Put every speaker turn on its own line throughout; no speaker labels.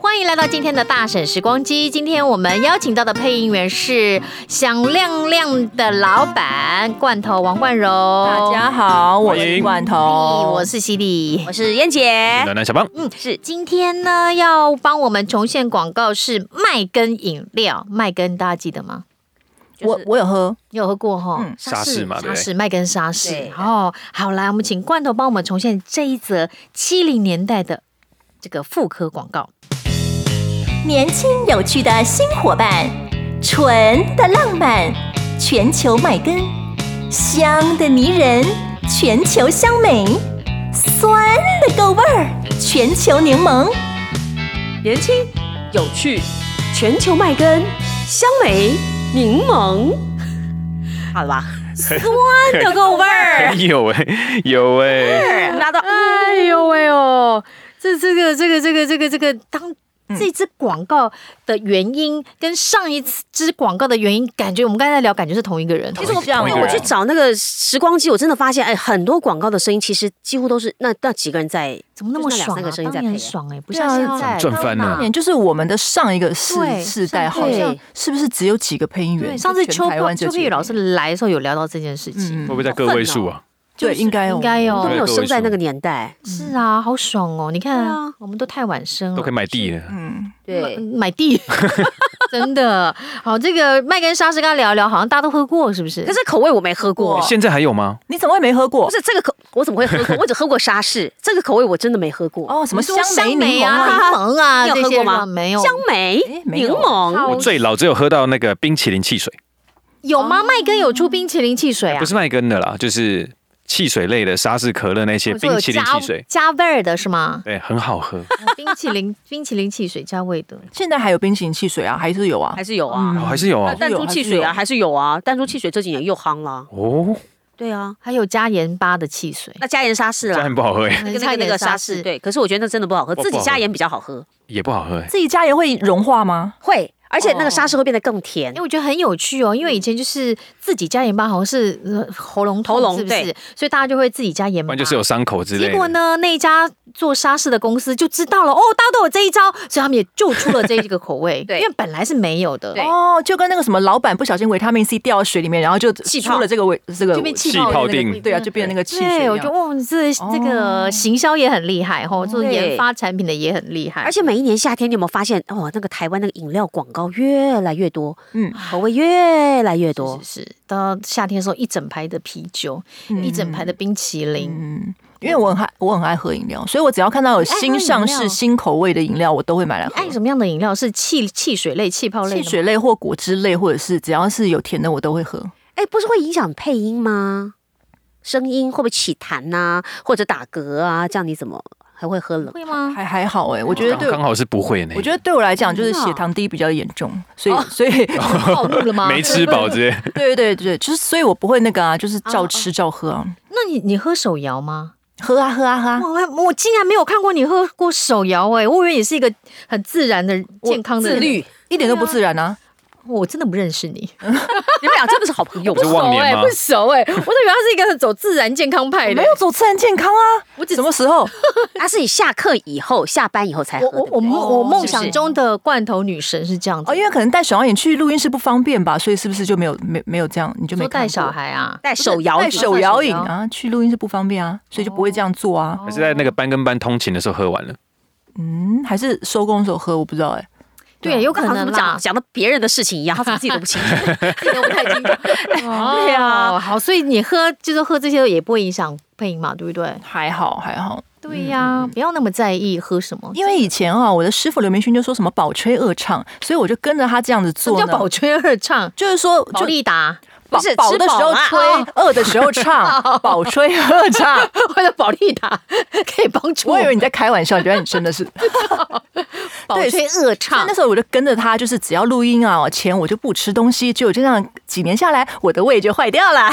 欢迎来到今天的大婶时光机。今天我们邀请到的配音员是响亮亮的老板罐头王冠柔。
大家好，我是罐头，
我是犀利
我。是燕
哎
姐，
暖暖小棒，
嗯，是今天呢要帮我们重现广告是麦根饮料，麦根大家记得吗？
我
就是
我有喝，
你有喝过哈、
嗯
沙士嘛对
沙
不对
士麦根沙士
对。
哦，好来，我们请罐头帮我们重现这一则七零年代的这个妇科广告。
年轻有趣的新伙伴，纯的浪漫，全球麦根，香的迷人，全球香美，酸的够味儿，全球柠檬，
年轻有趣，全球麦根香梅柠檬，好 了吧？
有
够味儿，
有哎，有哎，
拿到
哎呦喂哦，这这个这个这个这个这个当。
嗯
这支广告的原因跟上一次支广告的原因，感觉我们刚才在聊，感觉是同一个人。
哎其实我
同一个人
我去找那个时光机，我真的发现，哎，很多广告的声音其实几乎都是那那几个人在，
怎么那么
就是那两
爽
三
啊？
个声音
当
在
年
配啊
爽哎，不
对
像
啊
现在
赚翻了
天哪
就是我们的上一个世
嗯对
世代，
上
好像
对
是不是只有几个配音员？
上次
就
邱
全台湾
邱
这几
佩宇
个
老，师来的时候有聊到这件事情，
嗯
会不会在个位数啊？
对，应该哦
应该
都
哦
没
对，
嗯有生在那个年代，
是啊，好爽哦！你看
对
啊
啊，
我们都太晚生了，
都可以买地了。
嗯，
买
对，
买 地，真的好。这个麦根沙士，刚刚聊一聊，好像大家都喝过，是不是？
可是口味我没喝过
哇。
现在还有吗？
你怎么会没喝过
不？是这个口，我怎么会喝过？我只喝过沙士，这个口味我真的没喝过。
哦，什么
你说
香梅柠
啊、
檬
柠
啊？
檬啊
你有
这
喝
些
过吗
的没有，
香梅
哎、没
柠
有
檬，
我最老只有喝到那个冰淇淋汽水，
有吗？麦根有出冰淇淋汽水啊？
哎不是麦根的啦，就是汽水类的沙士、可乐那些
我说哦有
冰淇淋
加
汽水，
加味儿的是吗？
对，很好喝。
嗯冰淇淋 冰淇淋汽水加味的，
现在还有冰淇淋汽水啊？还是有啊
还？是有啊。
哦，还是有
啊
哦，
弹珠汽水啊，
还
还是有啊，弹珠汽水这几年又夯了。
哦，
对啊，
还有加盐巴的汽水，
那加盐沙士
这
啦
很，不好喝哎，
跟那个那个沙士，对。可是我觉得那真的不好喝，
不
自己
不好喝
加盐比较好喝。
也不好喝哎。
自己家也会融化吗？
会，而且那个沙士会变得更甜
哎因为。我觉得很有趣哦，因为以前就是自己加盐巴，好像是呃喉咙痛
喉咙
是不是
对？
所以大家就会自己加盐
不
巴。
然就是有伤口之类
结果
的。
呢，那一家做沙士的公司就知道了，哦，大家都有这一招，所以他们也就出了这一个口味，
对
因为本来是没有的，
对
哦，就跟那个什么老板不小心维他命 C 掉到水里面，然后就
气
出
泡
了这个味，这个
就变气
气泡
泡
定
那个
对啊，就变成那个汽水一
对，我
样。哦
就哇，这这个行销也很厉害吼，做
对
研发产品的也很厉害，
而且每一年夏天，你有没有发现哦，那个台湾那个饮料广告越来越多，
嗯
口味越来越多
是。是是到夏天的时候，一整排的啤酒，一整排的冰淇淋，
嗯，因为我很爱我很爱喝饮料，所以我只要看到有新上
你爱喝饮料
市新口味的饮料，我都会买来喝。
爱什么样的饮料？是汽汽水类、气泡类
汽
的吗？
水类或果汁类，或者是只要是有甜的，我都会喝。
哦
哎，不是会影响配音吗？声音会不会起痰呐、或者打嗝啊？这样你怎么还会喝冷？
会 吗？
还还好哎、我觉得对
哦刚刚好是不会呢，
我觉得对我来
嗯
讲，就是
真的啊
血
哦
糖低比较严重，所以 所以
暴露了吗？
没吃饱之类。
对哦对对，就是所以我不会那个啊，就是
哦
照吃照喝啊，
那你你喝手摇吗？
喝啊喝啊喝啊。
我还我竟然没有看过你喝过手摇哎、我以为你是一个很自然的、健康的人
自律，一点都不自然啊！
我真的不认识你，
你们俩真的是好朋 友啊
我
吗
是？忘年吗
不熟哎、我都以为他是一个走自然健康派的，
没有走自然健康啊！
我只
什么时候？
他是你下课以后、下班以后才喝
我
的。
我我
对不对
梦我梦想
是
中的罐头女神是这样子
哦，因为可能带小眼去录音室不方便吧，所以是不是就没有没没有这样，你就没
说
看
带
过
小孩啊，
带手摇
带
椅
手摇饮
带手
啊，去录音室不方便啊，所以就不会这样做啊。
哦
还是在那个班跟班通勤的时候喝完了，
嗯，还是收工的时候喝，我不知道哎、
对，有可
他怎
能
么讲
啦，
讲到别人的事情一 样，他怎么自己都不清楚？
自己都不太清楚。 对
啊，
好，所以你喝就是喝这些也不会影响配音嘛，对不对？
还好还好，
对呀，不要那么在意喝什么。
因为以前啊，我的师傅刘明勋就说什么饱吹恶唱，所以我就跟着他这样子
什么
做
叫
呢。
饱吹二唱？
就是说，
保
就
利达，
饱
不是
饱
吃
的
啊哦
时
饱
候
啦
吹，饿的时候
哦
唱，饱吹恶唱。
为了保利达可以帮助
我以为
们
你在开玩笑，原来你真的 是。
饱
对
吹恶唱
那。时候我就跟着他，就是只要录音啊前我就不吃东西，结果就这样几年下来，我的胃就坏掉 了。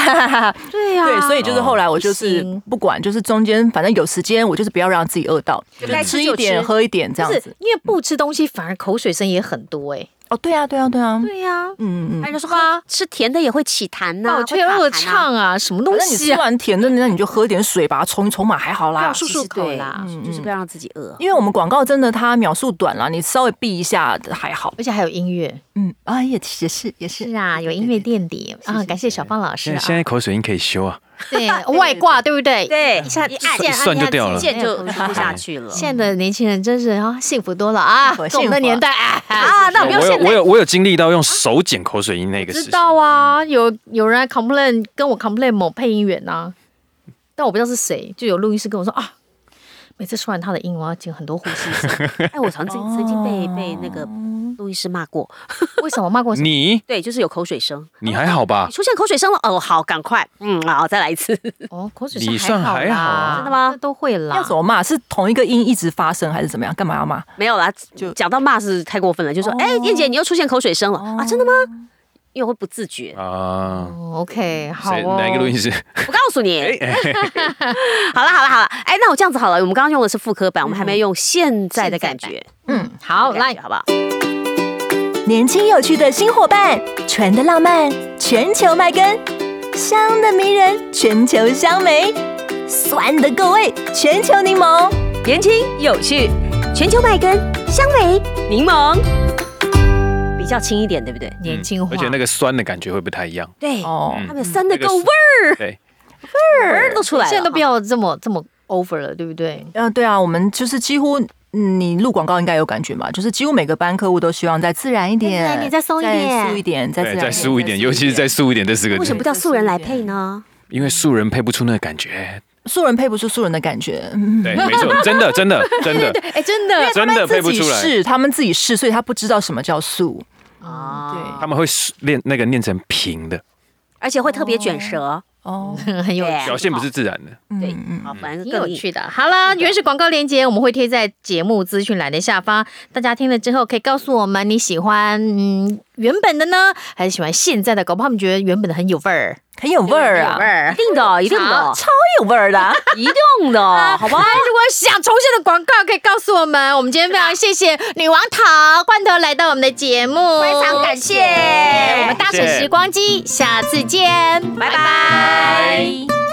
对呀、
对，所以就是后来我就
不
是
行
不管，就是中间反正有时间，我就是不要让自己饿到，
该吃
吃一
就
点
吃
喝一点这
就
样
是
子。
因为不吃东西，反而口水声也很多哎、
哦，对啊，对啊，对啊，
对呀、啊，
嗯嗯嗯。
还有人说
吧
吃甜的也会起痰呐、
抱
会
歉
卡
恶
痰啊
唱啊，什么东
那你
西
吃
啊？
完甜的，那你就喝点水吧，冲一冲嘛，还好
不
啦
要。漱漱口啦，
嗯
就是不要让自己饿。
因为我们广告真的它秒数短了，你稍微避一下还好。
而且还有音乐，
嗯啊，也也是也是
是啊，有音乐垫底啊，感谢小芳老师
现在
啊，
现在口水音可以修啊，
对外挂对不对？
对，一嗯下一按
一算就掉了
键就嗯
哎
吃不下去了。
现在的年轻人真是啊幸福多了啊，
幸福
跟我们
幸
的
福
年代啊。
啊，那我们
我
要
有
现
我
在
有我有经历到用手剪口水音那个事
知
情，
道啊，有有人来 complain 跟我 complain 某配音员呐、但我不知道是谁，就有录音师跟我说啊，每次说完他的音，我要剪很多呼吸声。
哎，我曾经曾经被被那个录音师骂过，
为什么骂过什么？
你
对，就是有口水声，
你还好吧
你？出现口水声了，哦，好，赶快，嗯，好，再来一次。
哦，口水
你
声
算
还好
还好
啦，
啊
真的吗
那都会啦。
要怎么骂？是同一个音一直发生，还是怎么样？干嘛要骂？
没有啦，
就
讲到骂是太过分了，就说，
哦
哎，燕姐，你又出现口水声了啊？真的吗？因为会不自觉，
啊，
哦？OK，好
谁
哦。
哪一个录音师？
我告诉你。
哎
好了好了好了，哎，那我这样子好了，我们刚刚用的是副科版，我们还没有用嗯现在的感觉，
嗯，好，
现在
来
的感觉，好不好？
年轻有趣的新伙伴，纯的浪漫，全球麦根，香的迷人，全球香梅，酸的够味，全球柠檬。
年轻有趣，全球麦根、香梅、柠檬，比较轻一点，对不对？
年轻化，
嗯而且那个酸的感觉会不太一样。
对，
哦，
嗯
他们酸的
那个
够
是
味
对，
儿，味儿都出来了。
现在都不要这么这么 over 了，对不对？
呃，对啊，我们就是几乎，嗯，你录广告应该有感觉嘛，就是几乎每个班客户都希望再自然一
哎
点，
再自然一点再松一点
再素一点，再自
对，
然，
再素一点，尤其是在素一点这四个
为什
字
么不，叫素人来配呢？
因为素人配不出那个感觉。
素人配不出素人的感觉，嗯，
对，没错，真的，真的，真的，
哎，真的，
真 的配
自
不
己
出来。
是他们自己是，所以他不知道什么叫素，
嗯
啊，
他们会练那个念成平的，
而且会特别卷舌，
哦，
很有
对
表现不是自然的。
对
嗯，嗯，
好，反正
哦挺
更
有
硬
趣的。好啦，原始广告链接我们会贴在节目资讯栏的下方，大家听了之后可以告诉我们你喜欢嗯原本的呢，还是喜欢现在的？搞不好你觉得原本的很有味儿，
很有味儿啊
味，
一
儿。
定的，一定的，
超有味儿的啊，
一定的，好吧？
哎，如果想重现的广告，可以告诉我们。我们今天非常谢谢女王桃罐头来到我们的节目，非常感谢。我们搭乘时光机，下次见，拜拜
拜。